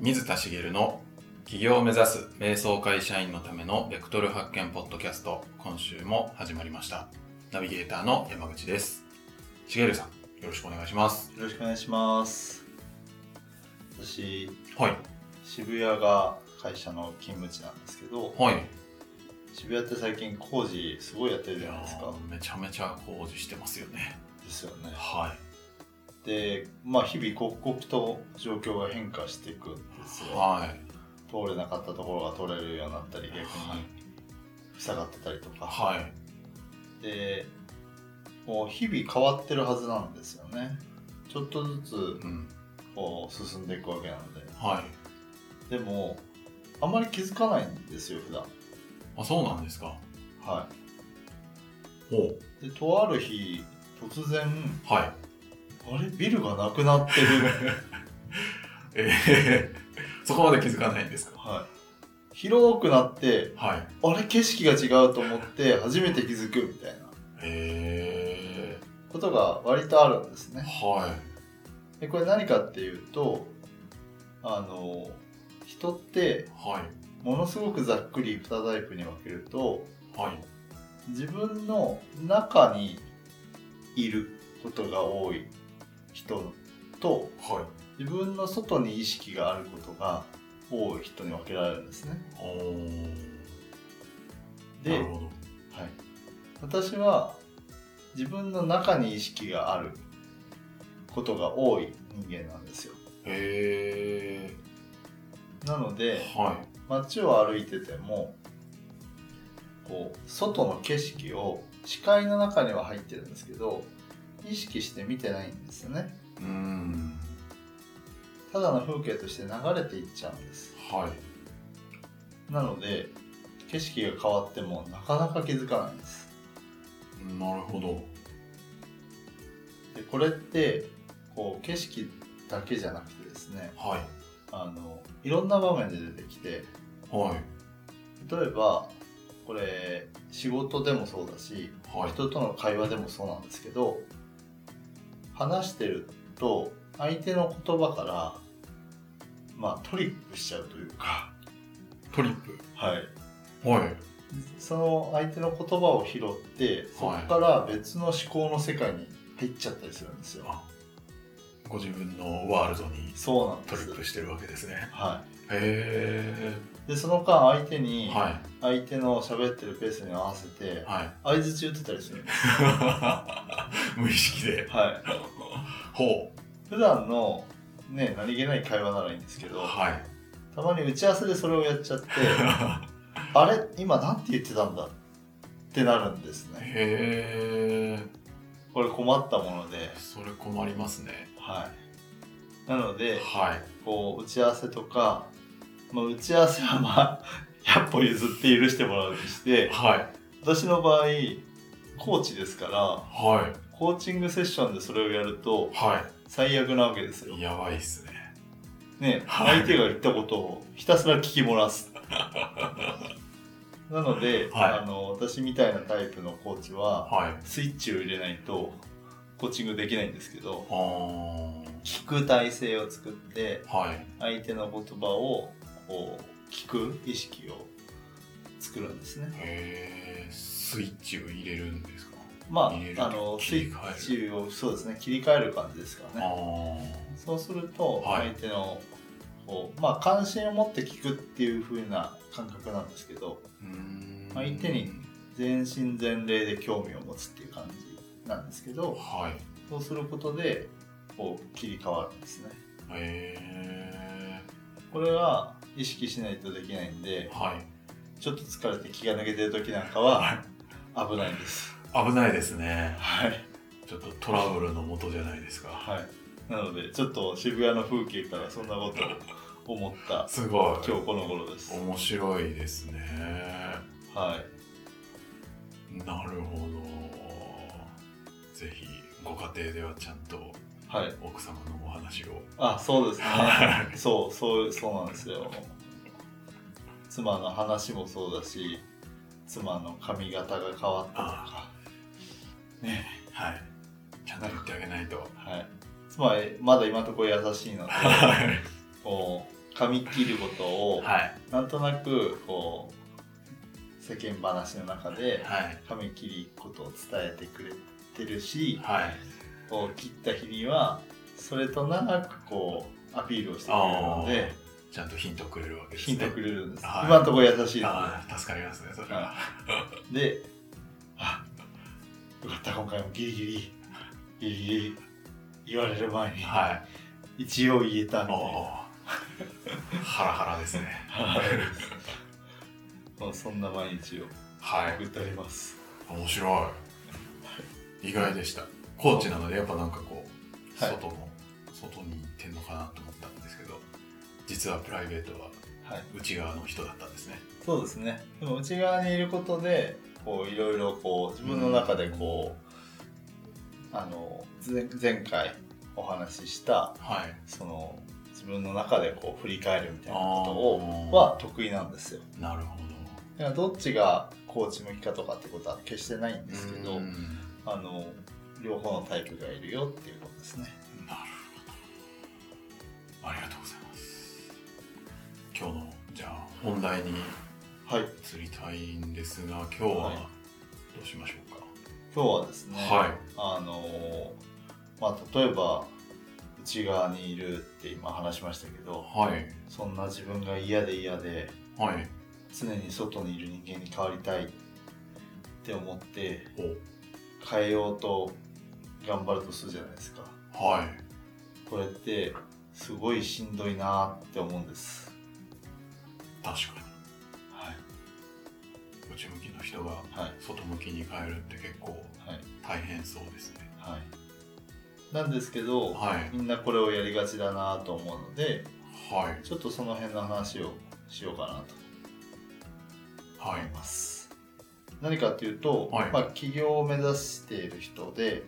水田茂の起業を目指す瞑想会社員のためのベクトル発見ポッドキャスト今週も始まりましたナビゲーターの山口です茂さんよろしくお願いしますよろしくお願いします。私、はい渋谷が会社の勤務地なんですけど、はい渋谷って最近工事すごいやってるいじゃやないですか。ーめちゃめちゃ工事してますよねですよね。はで、まあ日々刻々と状況が変化していくんですいよ。はい通れなかったところが通れるようになったり、逆にはい塞がってたりとか。はいで、もう日々変わってるはずなんですよね。ちょっとずつうんこう進んでいくわけなので。はいでも、あんまり気づかないんですよ、普段。あそうなんですかはおうい、でとある日突然はいあれビルがなくなってる、ええそこまで気づかないんですかはい、広くなってはいあれ景色が違うと思って初めて気づくみたいなえことが割とあるんですえねはでこれ何かっていうとあの人っていはいものすごくざっくり2タイプに分けるとはい自分の中にいることが多い人とはい自分の外に意識があることが多い人に分けられるんですねおーなで、るはい、ほど私は自分の中に意識があることが多い人間なんですよへなのでえは街を歩いててもこう外の景色を視界の中には入ってるんですけど意識して見てないんですよねいうーんただの風景として流れていっちゃうんですはいなので景色が変わってもなかなか気づかないんですなるほどでこれってこう景色だけじゃなくてですねはいあのいろんな場面で出てきてはい例えばこれ仕事でもそうだしはい人との会話でもそうなんですけど話してると相手の言葉からまあトリップしちゃうというか、トリップはい、はいその相手の言葉を拾ってそこから別の思考の世界に入っちゃったりするんですよ。あご自分のワールドにそうなんトでリすッ、プしてるわけですねはへい、でその間相手に、えはい相手の喋ってるペースに合わせてはい 相づち打ってたりするんです無意識ではいほ普段のね何気ない会話ならいいんですけうどはい たまに打ち合わせでそれをやっちゃってあれ今なんて言ってたんだってなるんですねへえこれ困ったものでそれ困りますねはいなのではいこう打ち合わせとか、まあ、打ち合わせはまあ100歩 譲って許してもらうとしてはい私の場合コーチですからはコーチングセッションでそれをやるといは最悪なわけですよいやばいっすねね、はい相手が言ったことをひたすら聞き漏らす なので、はいあの私みたいなタイプのコーチははいスイッチを入れないとコーチングできないんですけどあー聞く体制を作ってはい相手の言葉をこう聞く意識を作るんですねへえスイッチを入れるんですかま入れるああのス切りイ替えるッチをそうですね切り替える感じですからあねあそうするとはい相手の、こうまあ、関心を持って聞くっていう風な感覚なんですけどうーん相手に全身全霊で興味を持つっていう感じなんですけどはいそうすることでこう切り替わるんですねへえこれは意識しないとできないんではいちょっと疲れて気が抜けてる時なんかは 危ないんです危ないですねはいちょっとトラブルのもとじゃないですかはいなのでちょっと渋谷の風景からそんなことを思ったすごい今日この頃です面白いですねはいなるほどぜひご家庭ではちゃんとはい奥様のお話をあそうですねはそうそうそうなんですよ妻の話もそうだし妻の髪型が変わったとかねはいちゃんと 言ってあげないと はい妻はまだ今のところ優しいのではいこう髪切ることを、はいなんとなくこう世間話の中ではい髪切りことを伝えてくれてるし、はいこう切った日にはそれと長くこうアピールをしてくれるのでちゃんとヒントくれるわけですヒねントくれるんです、はい今のところ優しいのああ助かりますねそれは、はでであよかった今回もギリギリギリギリ言われる前にはい一応言えたみたいなおーハラハラですねはいまあそんな毎日をはい送っております面白い意外でしたコーチなのでやっぱなんかこう、はい外の外に行ってんのかなと思ったんですけど実はプライベートははい内側の人だったんですねそうですね。でも内側にいることで、こういろいろこう自分の中でこう、あの前前回お話ししたはいその自分の中でこう振り返るみたいなことあーをは得意なんですよ。なるほだからどっちがコーチ向きかとかってことは決してないんどですけどう、んあの両方のタイプがいるよっていうことですね。なるほどありがとうございます今日のじゃあ本題にはい。移りたいんですが今日ははいどうしましょう今日はですね。かはいあのまあ例えば内側にいるって今話しましたけど。はいそんな自分が嫌で嫌ではい常に外にいる人間に変わりたいって思ってお変えようと頑張るとするじゃないですかはいこれってすごいしんどいなって思うんです、確かはいに内向きの人がはい外向きに変えるって結構はい大変そうですねはいなんですけど、はいみんなこれをやりがちだなと思うのではいちょっとその辺の話をしようかなとは思いいます何かっていうと、はいまあ、起業を目指している人で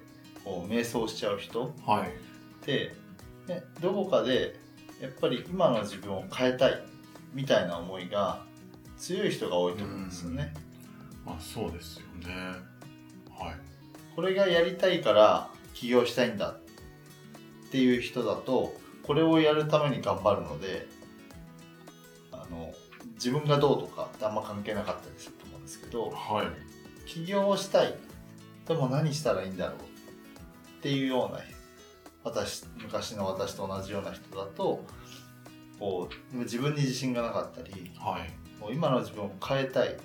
こう迷走しちゃう人はいで、ね、どこかでやっぱり今の自分を変えたいみたいな思いが強い人が多いと思うんですよね。まあそうですよねはいこれがやりたいから起業したいんだっていう人だとこれをやるために頑張るのであの自分がどうとかってあんま関係なかったりすると思うんですけどはい起業をしたいでも何したらいいんだろうっていうような私昔の私と同じような人だとこう自分に自信がなかったりはいもう今の自分を変えたい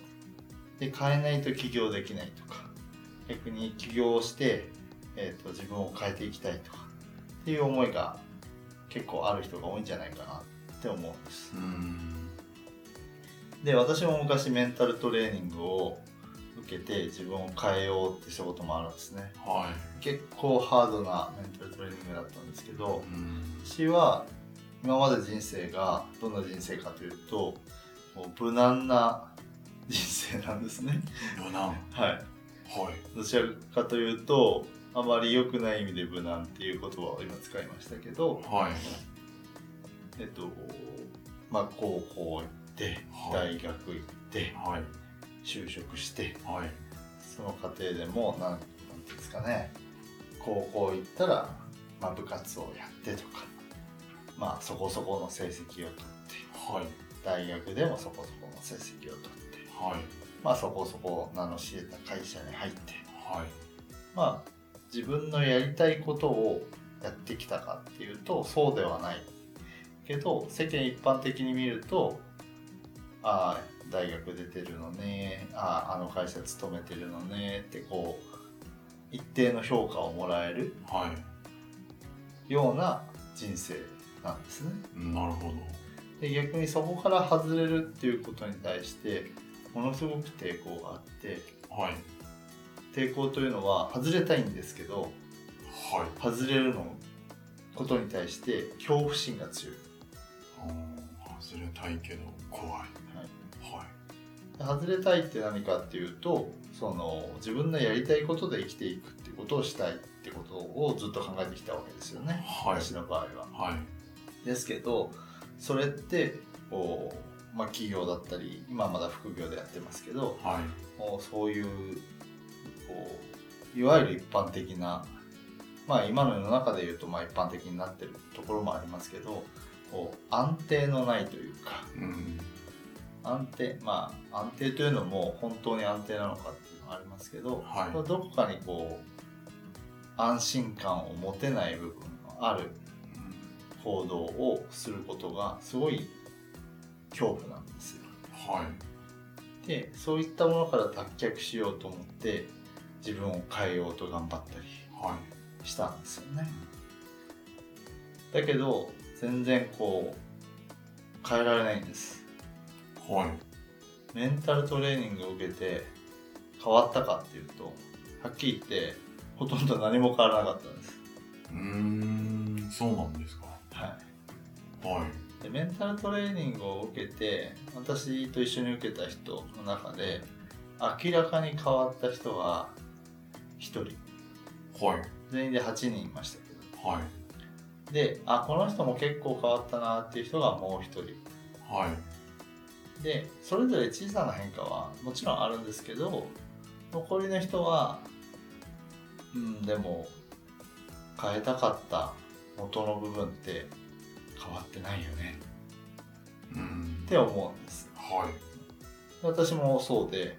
で変えないと起業できないとか逆に起業をして、えー、と自分を変えていきたいとかっていう思いが結構ある人が多いんじゃないかなって思うんですうーんで私も昔メンタルトレーニングを受けて自分を変えようってしたこともあるんですねは結構ハードなメンタルトレーニングだったんですけど、いうーん私は今まで人生がどんな人生かというともう無難な人生なんですね。無難はい、はいどちらかというとあまり良くない意味で無難っていう言葉を今使いましたけど、はいえっとまあ、高校行ってはい大学行ってはい就職してはいその過程でも何ていうんですかね高校行ったら、まあ、部活をやってとか、まあ、そこそこの成績を取って。はい大学でもそこそこの成績を取ってはいまあそこそこ名の知れた会社に入ってはいまあ自分のやりたいことをやってきたかっていうとそうではないけど世間一般的に見るとああ大学出てるのねあああの会社勤めてるのねってこう一定の評価をもらえるはいような人生なんですね。なるほどで逆にそこから外れるっていうことに対してものすごく抵抗があってはい抵抗というのは外れたいんですけどはい外れるのことに対して恐怖心が強い、うん外れたいけど怖いはいはで、外れたいって何かっていうとその自分のやりたいことで生きていくってことをしたいってことをずっと考えてきたわけですよね、いはい私の場合ははいですけどそれってこう、まあ、企業だったり今まだ副業でやってますけどはいもうそういうこういわゆる一般的なまあ今の世の中で言うとまあ一般的になってるところもありますけどこう安定のないというかうん安定まあ安定というのも本当に安定なのかっていうのはありますけど、はいどこかにこう安心感を持てない部分のあるうん行動をすることがすごい恐怖なんですよ。はいでそういったものから脱却しようと思って自分を変えようと頑張ったりはしたんですよね。だけど全然こう変えられないんです。いはいメンタルトレーニングを受けて変わったかっていうとはっきり言ってほとんど何も変わらなかったんです。うーんそうなんですかははいい、でメンタルトレーニングを受けて私と一緒に受けた人の中で明らかに変わった人は1人はい全員で8人いましたけどはいであこの人も結構変わったなっていう人がもう1人はいでそれぞれ小さな変化はもちろんあるんですけど残りの人はうんでも変えたかった元の部分って変わってないよねうんって思うんですはい私もそうで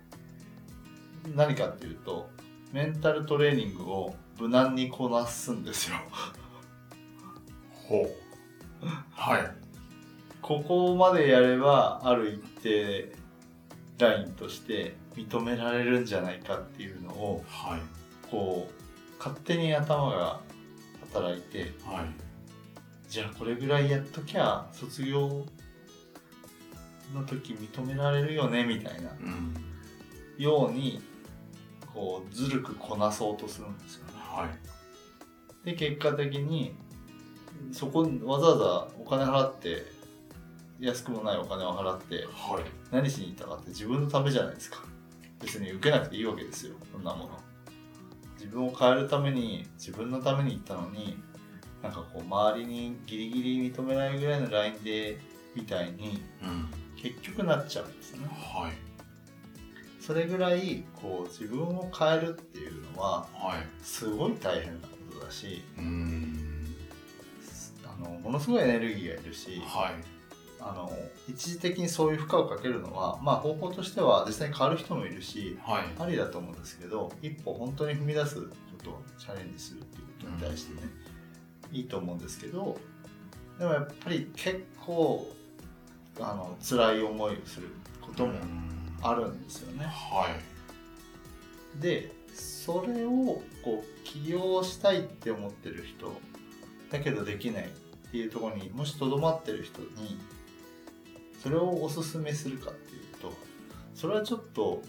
何かっていうとメンタルトレーニングを無難にこなすんですよほうはいここまでやればある一定ラインとして認められるんじゃないかっていうのをはいこう勝手に頭が働いてはいじゃあこれぐらいやっときゃ卒業の時認められるよねみたいなうんようにこうずるくこなそうとするんですよね。はいで結果的にそこにわざわざお金払って安くもないお金を払ってはい何しに行ったかって自分のためじゃないですか別に受けなくていいわけですよそんなもの自分を変えるために自分のために行ったのになんかこう周りにギリギリ認めないぐらいのラインでみたいにうん結局なっちゃうんですねはいそれぐらいこう自分を変えるっていうのははいすごい大変なことだしうんあのものすごいエネルギーがいるしはいあの一時的にそういう負荷をかけるのは、まあ、方法としては実際に変わる人もいるしはいありだと思うんですけど一歩本当に踏み出すことをチャレンジするっていうことに対してね、いいと思うんですけどでもやっぱり結構あの辛い思いをすることもうんあるんですよね。はいでそれをこう起業したいって思ってる人だけどできないっていうところにもしとどまってる人にそれをおすすめするかっていうとそれはちょっと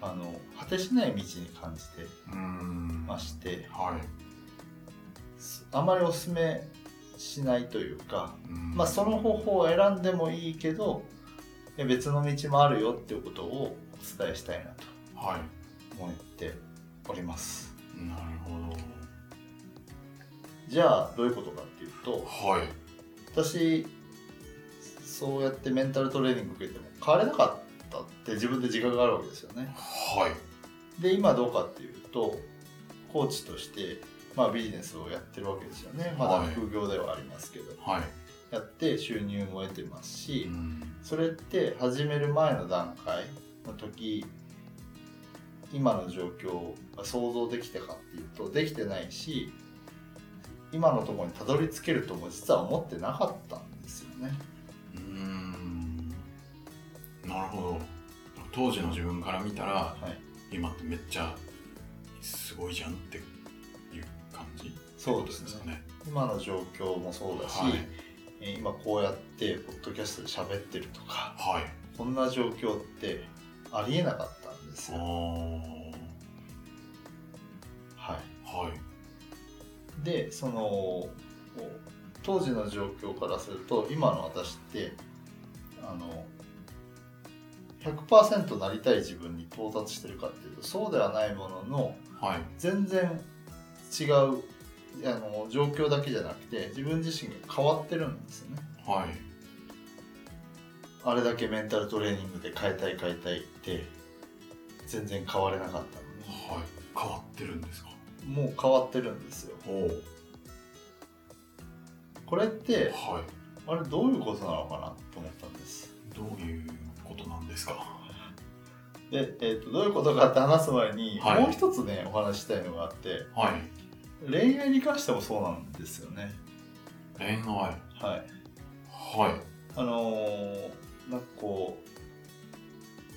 あの果てしない道に感じてうんましてはいすあまりおすすめしないというか、うんまあ、その方法を選んでもいいけどいや別の道もあるよっていうことをお伝えしたいなとはい思っております。なるほじゃあどういうことかっていうとどはい私そうやってメンタルトレーニング受けても変われなかったって自分で自覚があるわけですよねはいで今どうかっていうとコーチとして、まあ、ビジネスをやってるわけですよねまだはい副業ではありますけど、はやって収入も得てますいし、んそれって始める前の段階の時今の状況が想像できたかっていうとできてないし今のところにたどり着けるとも実は思ってなかったんですよね。うんなるほど当時の自分から見たらはい、今ってめっちゃすごいじゃんっていう感じそうですねってことかね今の状況もそうだし、はいえー今こうやってポッドキャストで喋ってるとかはいこんな状況ってありえなかったんですあよ。ーはいはいでその当時の状況からすると今の私ってあの100%なりたい自分に到達してるかっていうとそうではないもののはい全然違うあの状況だけじゃなくて自分自身が変わってるんですよねはいあれだけメンタルトレーニングで変えたい変えたいって全然変われなかったはい変わってるんですかのにもう変わってるんですよおおこれってはあれどういうことなのかなと思ったんですどういうことなんですかで、えー、とどういうことかって話す前に、はいもう一つねお話ししたいのがあってはい恋愛に関してもそうなんですよね恋愛はいはいあのーなんかこ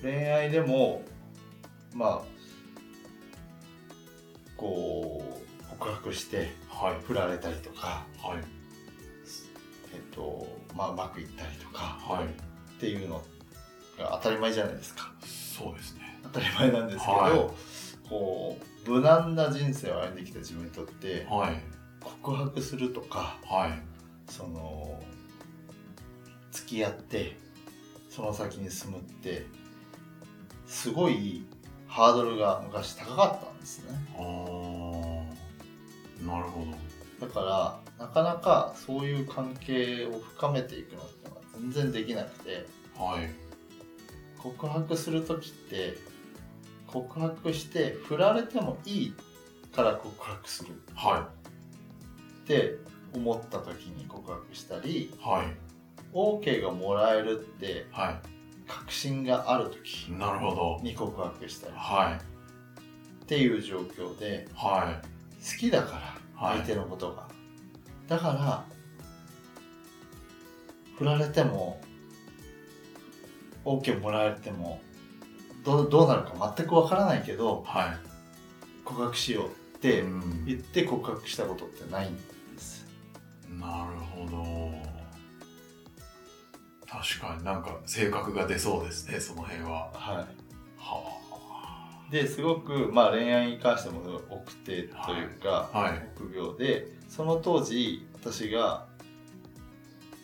う恋愛でもまあこう告白してはい振られたりとか、はいえっとまあ、うまくいったりとかはっていうのが当たり前じゃないですかいそうですね当たり前なんですけど、はこう無難な人生を歩んできた自分にとってはい告白するとかはいその付き合ってその先に進むってすごいハードルが昔高かったんですねあーなるほだからなかなかそういう関係を深めていくのってのが全然できなくてどはい告白する時って告白して振られてもいいから告白するっはて思った時に告白したりいはい OK がもらえるっては確信がある時いなるほどに告白したりはいっていう状況では好きだからはい相手のことが、だから振られても OK もらえてもどうどうなるか全くわからないけいどは告白しようっいてうん言って告白したことってないんですなるほど確かになんか性格が出そうですねその辺はははあですごく、まあ、恋愛に関しても奥手というか、あはい臆病でその当時私が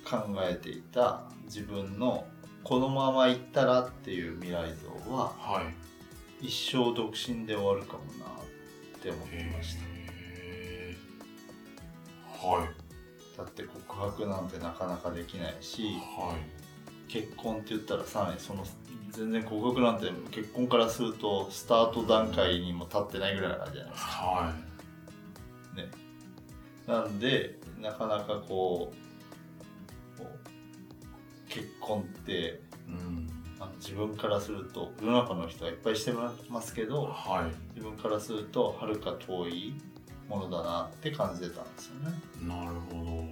考えていた自分のこのままいったらっていう未来像ははい一生独身で終わるかもなって思ってましへーはいただって告白なんてなかなかできないしはい結婚って言ったらさらにその全然告白なんて結婚からするとスタート段階にも立ってないぐらいな感じじゃないですかはね。なんでなかなかこうこう結婚っていうんあの自分からすると世の中の人はいっぱいしてますけどは自分からするとはるか遠いものだなって感じてたんですよね。いなるほ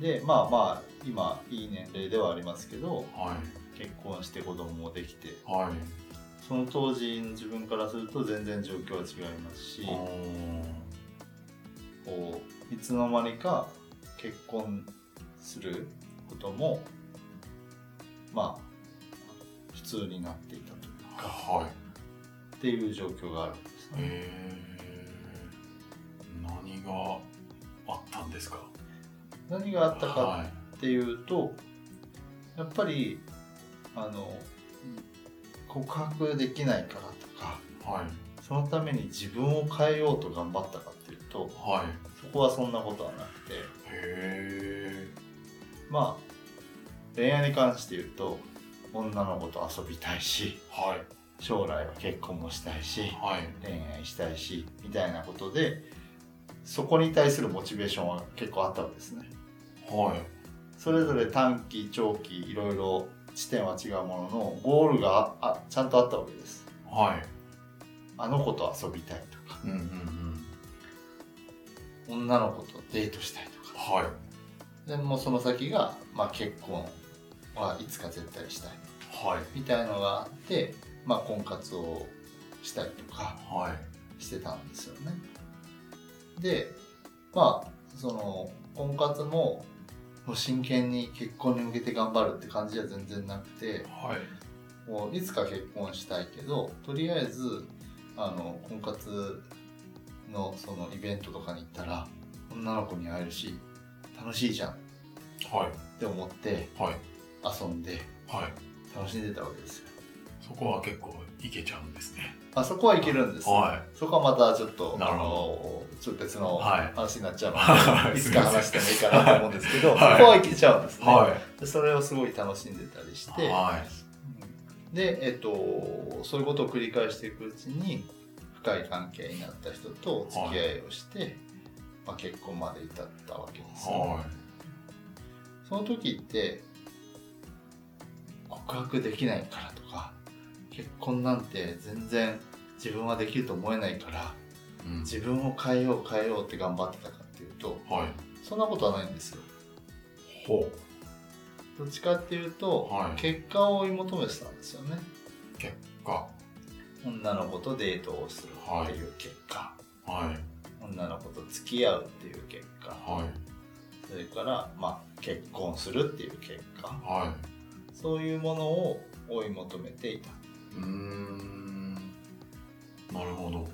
でまあまあ今いい年齢ではありますけどどはい結婚して子供もできてはいその当時の自分からすると全然状況は違いますし。あこういつの間にか結婚することもまあ普通になっていたというーかはいっていう状況があるんですね。えー、何があったんですか何があったかはいっていうとやっぱりあの告白できないからとかはいそのために自分を変えようと頑張ったかっていうとはいそこはそんなことはなくてへまあ恋愛に関して言うと女の子と遊びたいしーはい将来は結婚もしたいしはい恋愛したいしみたいなことでそこに対するモチベーションは結構あったわけですねはいそれぞれ短期長期いろいろ地点は違うもののゴールがああちゃんとあったわけですはいあの子と遊びたいとかうんうんうん女の子とデートしたいとかはいでもうその先が、まあ、結婚はいつか絶対したいはいみたいのがあって、まあ、婚活をしたりとかはいしてたんですよね。でまあその婚活ももう真剣に結婚に向けて頑張るって感じは全然なくてはいもういつか結婚したいけどとりあえずあの婚活のそのイベントとかに行ったら女の子に会えるし楽しいじゃんっはいて思ってはい遊んではい楽しんでたわけですよ。そこは結構いけちゃうんですねあそこはいけるんですよはそこはまたちょっとなるあほのちょっと別のはい話になっちゃうので、はい い、つか話してもいいかなと思うんですけはど、いそこはいけちゃうんですいね、はいでそれをすごい楽しんでたりして、はで、えっと、そういうことを繰り返していくうちに深い関係になった人と付き合いをして、まあ、結婚まで至ったわけでいすよね、はそその時って告白できないからとか結婚なんて全然自分はできると思えないからうん自分を変えよう変えようって頑張ってたかっていうとはいそんなことはないんですよほどっちかっていうと、はい結果を追い求めてたんですよねうか女の子とデートをするっていう結果、はい女の子と付き合うっていう結果はいそれから、まあ、結婚するっていう結果はそういうものを追い求めていた、いうーんなるほど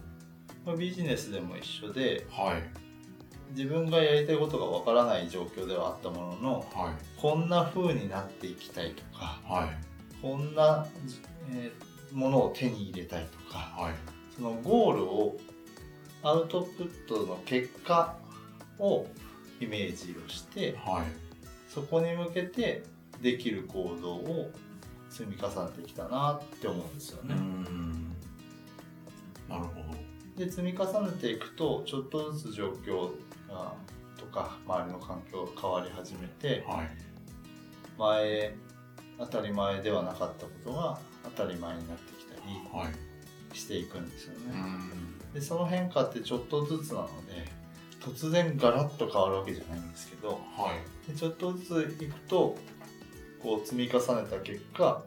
まあ、ビジネスでも一緒ではい自分がやりたいことがわからない状況ではあったもののはいこんな風になっていきたいとかはいこんな、えーものを手に入れたいとかはいそのゴールをアウトプットの結果をイメージをしてはいそこに向けてできる行動を積み重ねてきたなって思うんですようーね。んなるほで積み重ねていくとちょっとずつ状況がとか周りの環境が変わり始めてどはい前当たり前ではなかったことが当たり前になってきたりはいしていくんですようーね。んでその変化ってちょっとずつなので突然ガラッと変わるわけじゃないんですけどはいでちょっとずついくとこう積み重ねた結果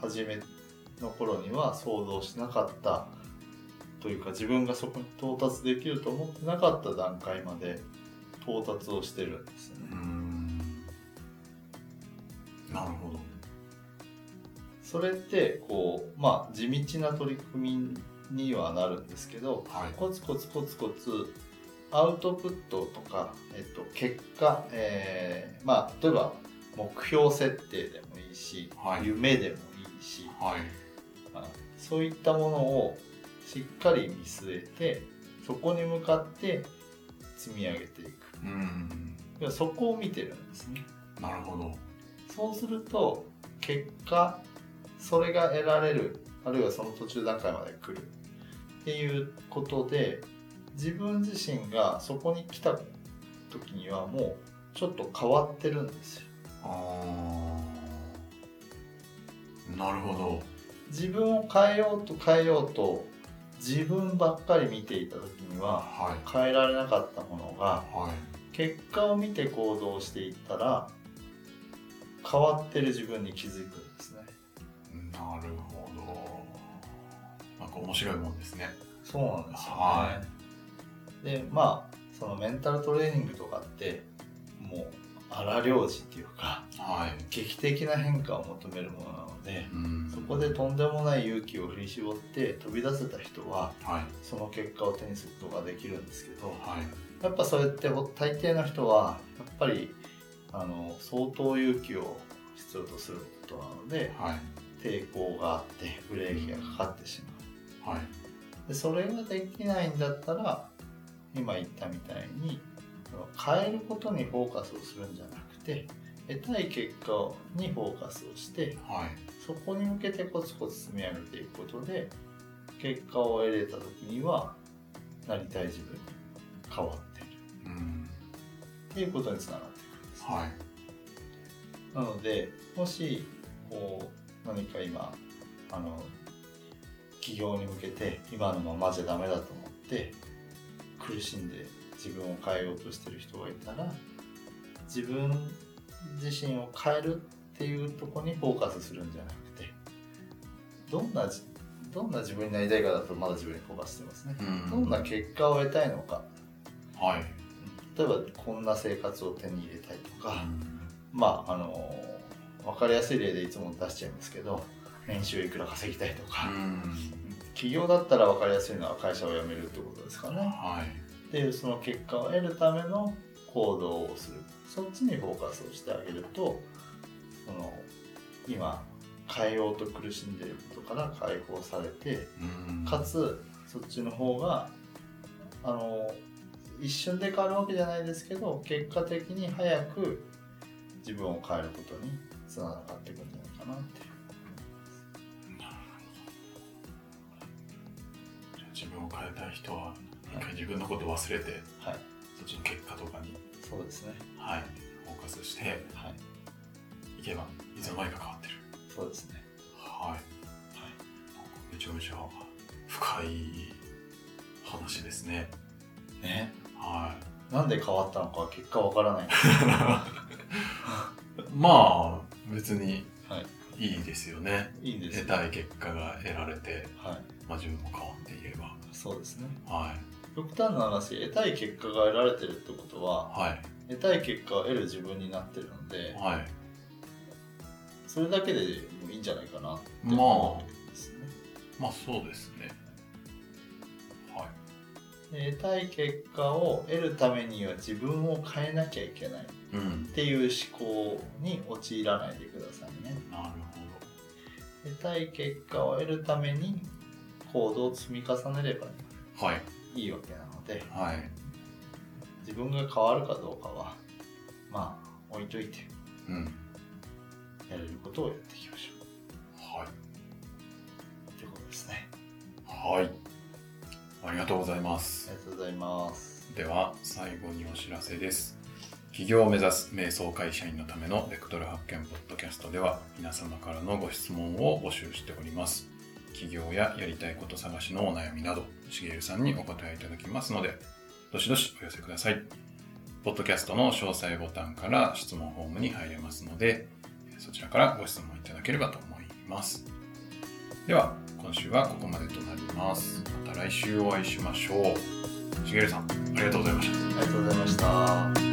初めの頃には想像しなかったというか自分がそこに到達できると思ってなかった段階まで到達をしてるんですよねうー。んなるほどそれってこうまあ地道な取り組みにはなるんですけどはいコツコツコツコツアウトプットとか、えっと、結果、えーまあ例えば目標設定でもいいし、はい夢でもいいし、はいまあそういったものをしっかり見据えてそこに向かって積み上げていくうーん要はそこを見てるんですねなるほどそうすると結果それが得られるあるいはその途中段階まで来るっていうことで自分自身がそこに来た時にはもうちょっと変わってるんですよ。あーなるほど自分を変えようと変えようと自分ばっかり見ていた時にははい変えられなかったものがはい結果を見て行動していったら変わってる自分に気づくんですね。なるほど。なんか面白いもんですね。そうなんですよね。はでまあそのメンタルトレーニングとかってもう荒療治っていうかはい。劇的な変化を求めるものなのでうんそこでとんでもない勇気を振り絞って飛び出せた人ははい。その結果を手にすることができるんですけどはい。やっぱそれって大抵の人はやっぱりあの相当勇気を必要とすることなのではい。抵抗があってブレーキがかかってしまう。はい。でそれができないんだったら今言ったみたいにその変えることにフォーカスをするんじゃなくて得たい結果にフォーカスをしてはい。そこに向けてコツコツ積み上げていくことで結果を得れた時にはなりたい自分に変わっているうん。っていうことにつながっていくんです、はい。なのでもしこう何か今あの起業に向けて今のままじゃダメだと思って苦しんで自分を変えようとしてる人がいたら自分自身を変えるっていうところにフォーカスするんじゃなくてどんなじどんな自分になりたいかだとまだ自分にフォーカスしてますね。うんどんな結果を得たいのかはい。例えばこんな生活を手に入れたいとか、うんまああの分かりやすい例でいつも出しちゃいますけど年収いくら稼ぎたいとか、企業だったら分かりやすいのは会社を辞めるってことですかうん。ねはい。っていうその結果を得るための行動をするそっちにフォーカスをしてあげるとその今変えようと苦しんでいることから解放されてうん。かつそっちの方があの一瞬で変わるわけじゃないですけど結果的に早く自分を変えることにつながっていくんじゃないかなって自分を変えたい人は、一回自分のこと忘れて、はいそっちの結果とかに、そうですねはい。フォーカスしてはい、いけばいつの間にか変わってるそうですね。はい、はい、めちゃめちゃ深い話ですねね。はいなんで変わったのかは結果わからないんですまあ別にけど。はいいですよねい。いいんです得よ。たい結果が得られて、はい。まあ、自分も変わっていればそうですね。はい極端な話、得たい結果が得られてるってことは、はい得たい結果を得る自分になってるので、はいそれだけでもいいんじゃないかなってまあ思うんですね。まあそうですねはいで得たい結果を得るためには自分を変えなきゃいけないっうんていう思考に陥らないでくださいね。なる得たい結果を得るために行動を積み重ねればほどはいいいわけなのではい自分が変わるかどうかはまあ置いといてうんやれることをやっていきましょはいうということですねはいありがとうございますありがとうございますでは最後にお知らせです企業を目指す瞑想会社員のためのベクトル発見ポッドキャストでは皆様からのご質問を募集しております企業ややりたいこと探しのお悩みなどしげるさんにお答えいただきますのでどしどしお寄せくださいポッドキャストの詳細ボタンから質問フォームに入れますのでそちらからご質問いただければと思いますでは今週はここまでとなりますまた来週お会いしましょうしげるさんありがとうございましたありがとうございました